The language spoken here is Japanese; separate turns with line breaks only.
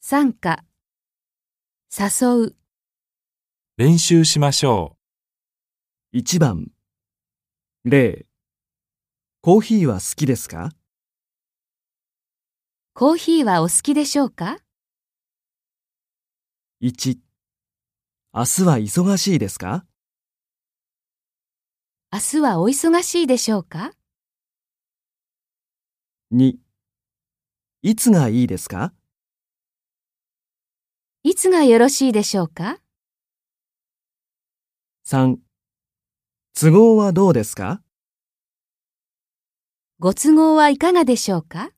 参加、誘う、
練習しましょ
1番0コーヒーは好きですか
コーヒーはお好きでしょうか
?1 明日は忙しいですか
明日はお忙しいでしょうか
2いつがいいですか
いつがよろしいでしょうか
3都合はどうですか
ご都合はいかがでしょうか